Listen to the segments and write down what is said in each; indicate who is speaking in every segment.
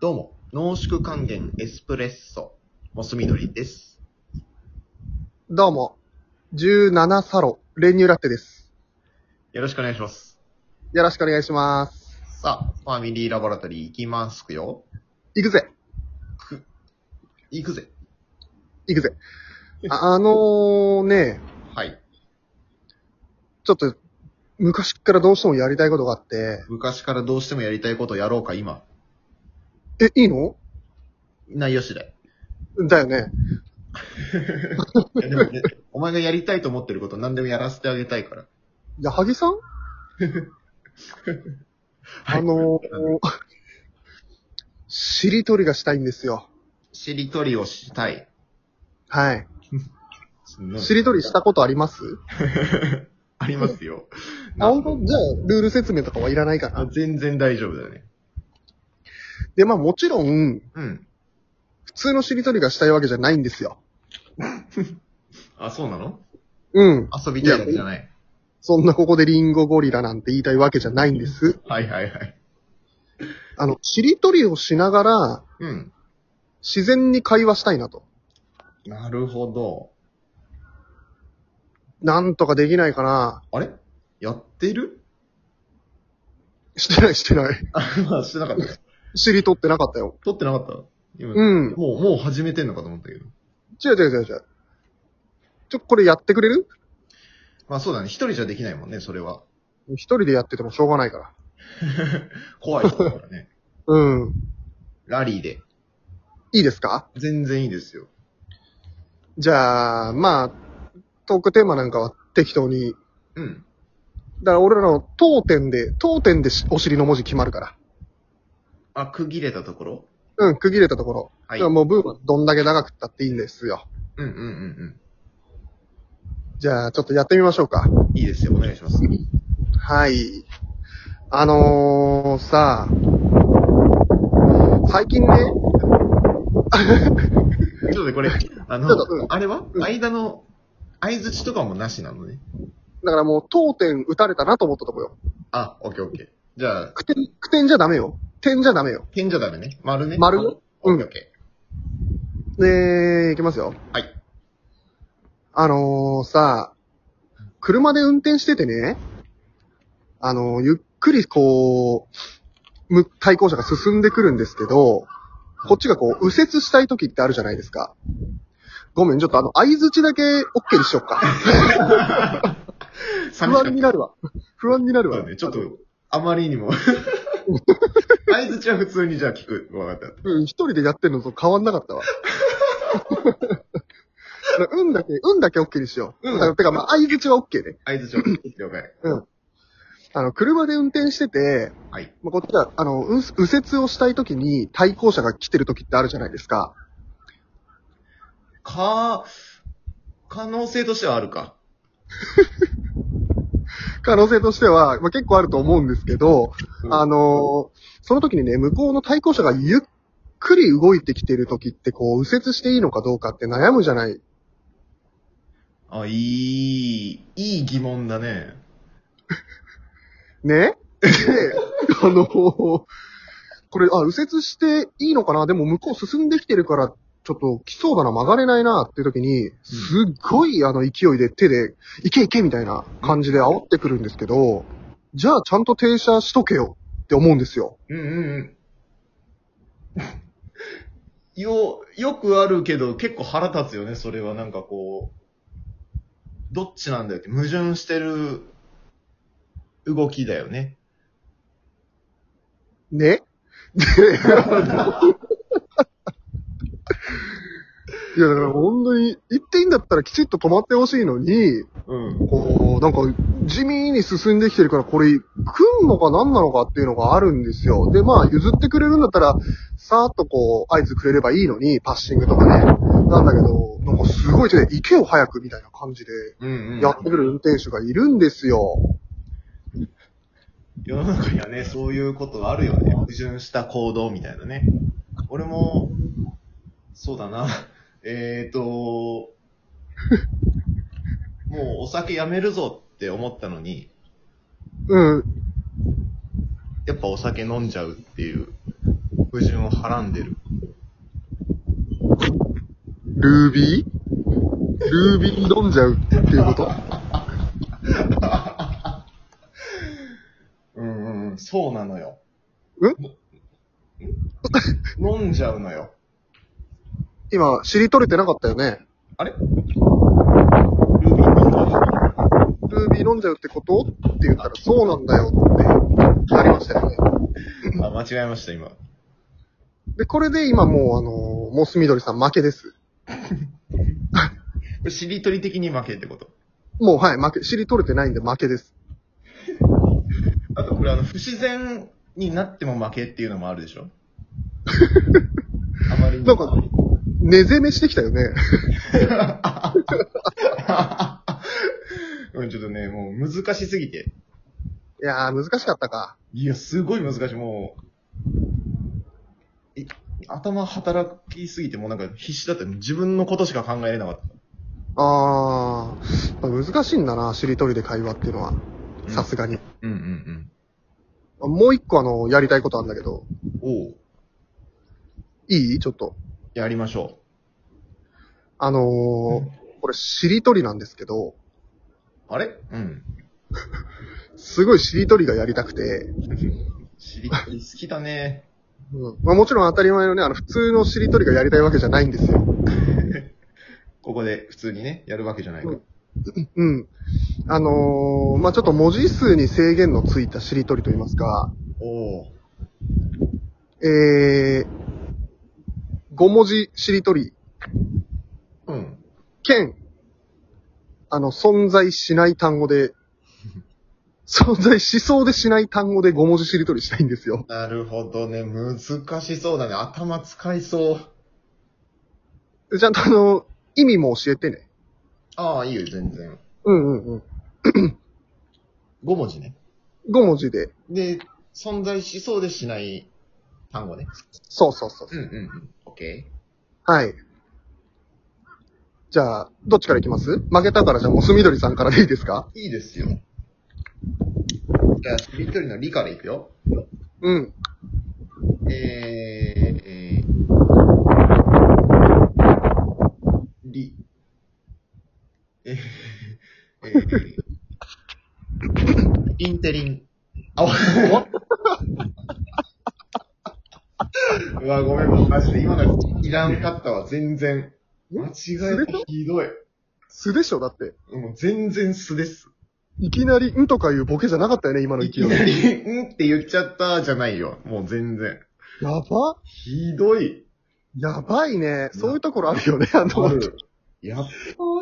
Speaker 1: どうも、濃縮還元エスプレッソ、モス緑です。
Speaker 2: どうも、17サロ、練乳ラテです。
Speaker 1: よろしくお願いします。
Speaker 2: よろしくお願いします。
Speaker 1: さあ、ファミリーラボラトリー行きますくよ。
Speaker 2: 行くぜ
Speaker 1: 行くぜ。
Speaker 2: 行くぜ ああのーね、
Speaker 1: はい。
Speaker 2: ちょっと、昔っからどうしてもやりたいことがあって、
Speaker 1: 昔からどうしてもやりたいことをやろうか、今。
Speaker 2: え、いいの
Speaker 1: 内容次第。
Speaker 2: だよね。
Speaker 1: いやでもね、 お前がやりたいと思ってること何でもやらせてあげたいから。
Speaker 2: 矢 作さんあのー、しりとりがしたいんですよ。
Speaker 1: しりとりをしたい。
Speaker 2: はい。
Speaker 1: うん
Speaker 2: しりとりしたことあります
Speaker 1: ありますよ。
Speaker 2: あ、本当じゃあ、ルール説明とかはいらないか
Speaker 1: あ
Speaker 2: な。
Speaker 1: 全然大丈夫だよね。
Speaker 2: で、まあもちろん、
Speaker 1: うん。
Speaker 2: 普通のしりとりがしたいわけじゃないんですよ。
Speaker 1: あ、そうなの
Speaker 2: うん。
Speaker 1: 遊びたいだけじゃない。
Speaker 2: そんなここでリンゴゴリラなんて言いたいわけじゃないんです。
Speaker 1: はいはいはい。
Speaker 2: あの、しりとりをしながら、
Speaker 1: うん。
Speaker 2: 自然に会話したいなと。
Speaker 1: なるほど。
Speaker 2: なんとかできないかな。
Speaker 1: あれやってる
Speaker 2: してないしてない。
Speaker 1: あしてなかった。
Speaker 2: しりとってなかったよ。
Speaker 1: 撮ってなかった今
Speaker 2: うん。
Speaker 1: もう、もう始めてんのかと思ったけど。
Speaker 2: 違う違う違う違う。ちょ、これやってくれる
Speaker 1: まあそうだね。一人じゃできないもんね、それは。
Speaker 2: 一人でやっててもしょうがないから。
Speaker 1: 怖い人だからね。
Speaker 2: うん。
Speaker 1: ラリーで。
Speaker 2: いいですか
Speaker 1: 全然いいですよ。
Speaker 2: じゃあ、まあ、トークテーマなんかは適当に。
Speaker 1: うん。
Speaker 2: だから俺らの当店で、当店でしお尻の文字決まるから。
Speaker 1: あ、区切れたところ
Speaker 2: うん、区切れたところ。
Speaker 1: はい。
Speaker 2: だからもうブームはどんだけ長くったっていいんですよ。
Speaker 1: うんうんうん
Speaker 2: じゃあ、ちょっとやってみましょうか。
Speaker 1: うん。いいですよ。お願いします。
Speaker 2: はい。あのー、さ最近ね、
Speaker 1: ちょっとね、これ、あ
Speaker 2: ちょっとう
Speaker 1: の、
Speaker 2: ん
Speaker 1: あれは
Speaker 2: うん
Speaker 1: 間の、相槌とかもなしなのね。
Speaker 2: だからもう当店打たれたなと思ったとこよ。
Speaker 1: あ、オッケーオッケー。じゃあ、
Speaker 2: 苦点、苦点じゃダメよ。点じゃダメよ。
Speaker 1: 点じゃダメね。丸ね。
Speaker 2: 丸よ
Speaker 1: オッケーオッケ
Speaker 2: で、いきますよ。
Speaker 1: ー。はい。
Speaker 2: あのー、さ車で運転しててね、あのーゆっくりこう、む対向車が進んでくるんですけど、こっちがこう、右折したい時ってあるじゃないですか。ごめん、ちょっとあの、相槌だけ OK にしよっ か。
Speaker 1: 寂
Speaker 2: 不
Speaker 1: しか
Speaker 2: 安に
Speaker 1: っ
Speaker 2: なるわ。不安にな
Speaker 1: た
Speaker 2: るわ。
Speaker 1: ね。ちょっと、あまりに も。相槌は普通にじゃあ聞く。わかっ
Speaker 2: うん、一人でやってるのと変わんな かったわ。運だけ、運だけ OK にしよう。
Speaker 1: うん
Speaker 2: だからてか、まあ、相槌は OK ね。
Speaker 1: た。相槌を聞く。了解。
Speaker 2: あの、車で運転してて、
Speaker 1: はい。
Speaker 2: まあ、こっちは、あの、う右折をしたい時に対向車が来てる時ってあるじゃないですか。
Speaker 1: か、可能性としてはあるか。
Speaker 2: 可能性としては、まあ、結構あると思うんですけど、
Speaker 1: うん
Speaker 2: あのその時にね、向こうの対向車がゆっくり動いてきてる時って、こう、右折していいのかどうかって悩むじゃない。
Speaker 1: あ、いい、いい疑問だね。
Speaker 2: ね で、あのこれ、あ、右折していいのかなでも向こう進んできてるから、ちょっと来そうだな、曲がれないな、っていう時に、すっごいあの勢いで手で、いけいけみたいな感じで煽ってくるんですけど、じゃあちゃんと停車しとけよって思うんですよ。
Speaker 1: うんうんうん。 よ、よくあるけど、結構腹立つよね、それは。なんかこう、どっちなんだよって、矛盾してる動きだよね。
Speaker 2: ね でいや、だから本当に、言っていいんだったらきちっと止まってほしいのに、
Speaker 1: うん。
Speaker 2: こう、なんか、地味に進んできてるから、これ、来んのか何なのかっていうのがあるんですよ。で、まあ、譲ってくれるんだったら、さーっとこう、合図くれればいいのに、パッシングとかね。なんだけど、なんかすごい手で、行けよ早くみたいな感じで、
Speaker 1: うんうん。
Speaker 2: やってくる運転手がいるんですよ。
Speaker 1: 世の中にはね、そういうことがあるよね。矛盾した行動みたいなね。俺も、そうだな。えーと、もうお酒やめるぞって思ったのに、
Speaker 2: うん。
Speaker 1: やっぱお酒飲んじゃうっていう。黒人をはらんでる。
Speaker 2: ルービールービーに挑んじゃうっていうこと
Speaker 1: うんうんうん、そうなのよ。
Speaker 2: ん
Speaker 1: 飲んじゃうのよ。
Speaker 2: 今、知り取れてなかったよね。
Speaker 1: あれルビー飲んだ
Speaker 2: ルービー飲んじゃうってことって言ったら、そうなんだよってなりましたよね。
Speaker 1: あ、間違えました、今。
Speaker 2: で、これで今もう、あのーモス緑さん負けです。
Speaker 1: これしりとり的に負けってこと。
Speaker 2: もう、はい、負け、知り取れてないんで負けです。
Speaker 1: あと、これあの、不自然になっても負けっていうのもあるでし ょあまりにも
Speaker 2: なんかねぜめしてきたよね。
Speaker 1: うん、ちょっとね、もう難しすぎて。
Speaker 2: いやー、難しかったか。
Speaker 1: いや、すごい難しい。もう、い頭働きすぎて、もうなんか必死だった。自分のことしか考えれなかった。
Speaker 2: あー、やっぱ難しいんだな、しりとりで会話っていうのは。さすがに。
Speaker 1: うんうん
Speaker 2: もう一個あの、やりたいことあるんだけど、
Speaker 1: うん。おう。
Speaker 2: いいちょっと。
Speaker 1: やりましょ
Speaker 2: あのー
Speaker 1: うん
Speaker 2: これ、しりとりなんですけど、
Speaker 1: う。あれうん。
Speaker 2: すごいしりとりがやりたくて、
Speaker 1: 知りたい好きだね。
Speaker 2: うんまあ、もちろん当たり前のね、あの、普通のしりとりがやりたいわけじゃないんですよ。
Speaker 1: ここで普通にね、やるわけじゃないから。
Speaker 2: うん。あのーまあ、ちょっと文字数に制限のついたしりとりといいますか、
Speaker 1: おお。
Speaker 2: えー、5文字しりとり、
Speaker 1: うん。
Speaker 2: 兼、あの、存在しない単 語で、存在しそうでしない単語で5文字しりとりしたいんですよ。
Speaker 1: なるほどね。難しそうだね。頭使いそう。
Speaker 2: ちゃんとあの、意味も教えてね。
Speaker 1: ああ、いいよ、全然。
Speaker 2: うんうんうん。
Speaker 1: 5文字ね。
Speaker 2: 5文字で。
Speaker 1: で、存在しそうでしない単語ね。
Speaker 2: そうそうそう。
Speaker 1: うんうんうん。オッケー。
Speaker 2: はい。じゃあ、どっちからいきます負けたからじゃあ、モス緑さんからでいいですか
Speaker 1: いいですよ。じゃあ、しりとりの理からいくよ。
Speaker 2: うん。
Speaker 1: えー、えー、り。えー、えー、インテリン。あ、おうわ、ごめん、もうマジで今のいらんかったわ、全然。間違えた、ひどい。
Speaker 2: 素でしょだって。
Speaker 1: もう全然素です。
Speaker 2: いきなり、んとかいうボケじゃなかったよね、今の
Speaker 1: い
Speaker 2: 勢
Speaker 1: き
Speaker 2: い。
Speaker 1: なり、うんって言っちゃったじゃないよ。もう全然。
Speaker 2: やば
Speaker 1: ひどい。
Speaker 2: やばいね。そういうところあるよね、あ
Speaker 1: あ
Speaker 2: の、
Speaker 1: る。やっ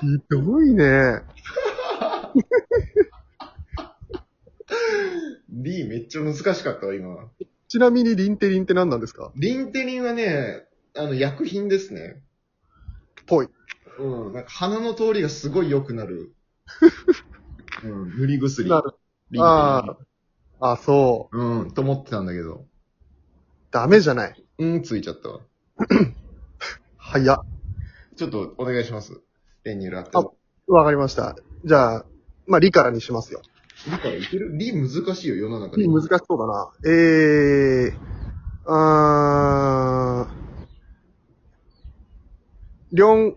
Speaker 2: ひどいね。
Speaker 1: D めっちゃ難しかったわ、今。
Speaker 2: ちなみに、リンテリンって何なんですか
Speaker 1: リンテリンはね、あの、薬品ですね。
Speaker 2: ぽい。
Speaker 1: うん。なんか鼻の通りがすごい良くな る。うん。塗り薬。
Speaker 2: なる。
Speaker 1: リンテリン
Speaker 2: ああ、そう。
Speaker 1: うん。と思ってたんだけど。
Speaker 2: ダメじゃない。
Speaker 1: うん、ついちゃったわ。
Speaker 2: 早っ。
Speaker 1: ちょっとお願いします。レニュラって。
Speaker 2: あわかりました。じゃあ、まあ、リからにしますよ。
Speaker 1: だからいけるリ難しいよ、世の中で。
Speaker 2: 難しそうだな。えー、あー、りょん、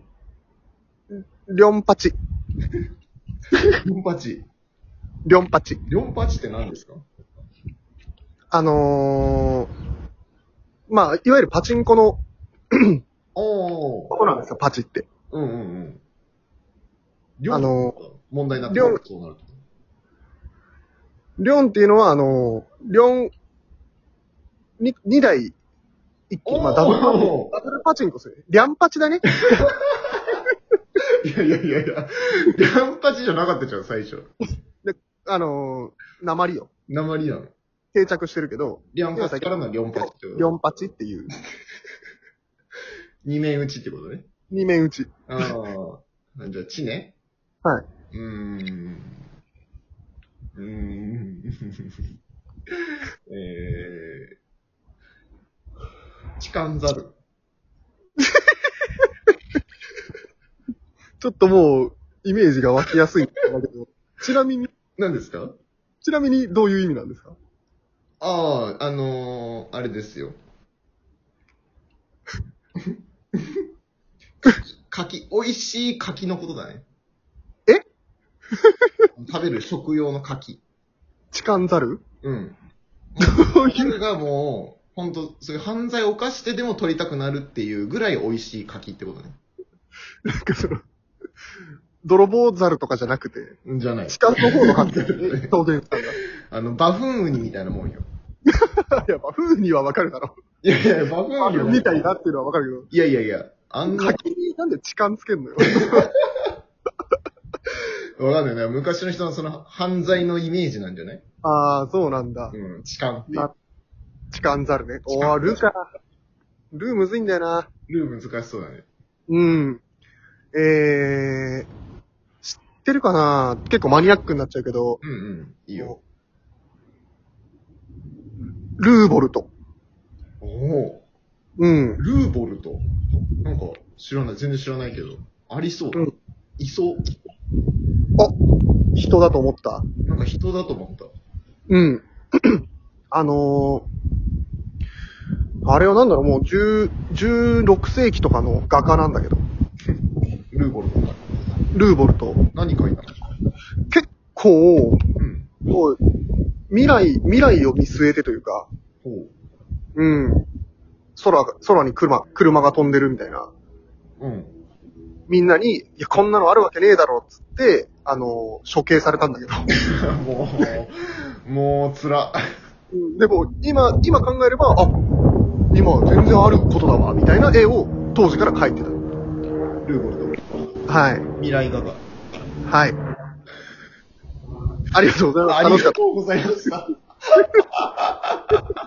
Speaker 2: りょんぱち。
Speaker 1: リョンパチ。
Speaker 2: りょんぱち。
Speaker 1: リョンパチって何ですか
Speaker 2: あのー、まあ、いわゆるパチンコの
Speaker 1: おー。
Speaker 2: ことなんですよ、パチって。
Speaker 1: うんうんうん。リョン
Speaker 2: あの
Speaker 1: 問題になってくるそうなると。
Speaker 2: りょんっていうのは、あのー、りょん、に、二台、一気、まあ、ダブルパチン
Speaker 1: おー
Speaker 2: ダブルパチンコする。りゃんパチだね。
Speaker 1: いやいやいやいや、リャンパチじゃなかったじゃん、最初。
Speaker 2: あのー、鉛よ。
Speaker 1: 鉛なの。
Speaker 2: 定着してるけど、
Speaker 1: リャンパチからのリョンパチってこと。
Speaker 2: 4八っていう、
Speaker 1: 二面打ちってことね。
Speaker 2: 二面打ち。
Speaker 1: ああ。じゃあ、地ね。
Speaker 2: はい。
Speaker 1: うーん。うーん。 えー。痴漢ザル。
Speaker 2: ちょっともう、イメージが湧きやすいんだけど、ちなみに、
Speaker 1: 何ですか
Speaker 2: ちなみにどういう意味なんですか
Speaker 1: ああ、あのー、あれですよ。 柿、美味しい柿のことだね。
Speaker 2: え
Speaker 1: 食べる食用の柿。
Speaker 2: 痴漢ざる
Speaker 1: うん。
Speaker 2: どう
Speaker 1: そ
Speaker 2: いう、
Speaker 1: れがもう、本当そういう犯罪を犯してでも取りたくなるっていうぐらい美味しい柿ってことね。
Speaker 2: なんかその、泥棒ざるとかじゃなくて、
Speaker 1: じゃない
Speaker 2: 痴漢の方の発見、当然さん
Speaker 1: あの、バフンウニみたいなもんよ。
Speaker 2: が。いや、まあ、風にはわかるだろ
Speaker 1: いやいや、バフンウニ
Speaker 2: う。
Speaker 1: は
Speaker 2: みたいなっていうのはわかる
Speaker 1: いやいやいや、あ
Speaker 2: け
Speaker 1: ん
Speaker 2: ど、
Speaker 1: な、
Speaker 2: 柿になんで痴漢つけんのよ。
Speaker 1: わかんないな。昔の人のその犯罪のイメージなんじゃない
Speaker 2: ああ、そうなんだ。
Speaker 1: うん、痴漢っていう。
Speaker 2: な痴漢ざるね。おー、ルーか。ルーむずいんだよな。
Speaker 1: ルー難しそうだね。
Speaker 2: うん。えー、知ってるかな結構マニアックになっちゃうけど、
Speaker 1: うんうん、いいよ。
Speaker 2: ルーボルト。
Speaker 1: おお
Speaker 2: うん。
Speaker 1: ー、ルーボルト。なんか、知らない、全然知らないけど。ありそうだ。
Speaker 2: うん
Speaker 1: いそう。
Speaker 2: 人だと思った。
Speaker 1: なんか人だと思った。
Speaker 2: うん。 あのー、あれはなんだろう、もう10 16世紀とかの画家なんだけど、
Speaker 1: ルーボルトか。
Speaker 2: ルーボルト。
Speaker 1: 何書いたの
Speaker 2: こう、
Speaker 1: うん。
Speaker 2: もう、未来、未来を見据えてというか、
Speaker 1: ほう。
Speaker 2: うん。空が、空に車、車が飛んでるみたいな。
Speaker 1: うん。
Speaker 2: みんなに、いや、こんなのあるわけねえだろ、つって、あの、処刑されたんだけど。
Speaker 1: もう、もう、つら。
Speaker 2: うんでも、今、今考えれば、あ、今全然あることだわ、みたいな絵を当時から描いて
Speaker 1: ルーボルト。
Speaker 2: た。はい。
Speaker 1: 未来画家。
Speaker 2: はい。ありがとうございます。
Speaker 1: あ
Speaker 2: 楽
Speaker 1: り
Speaker 2: しか
Speaker 1: が
Speaker 2: っ
Speaker 1: とうございま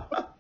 Speaker 1: した。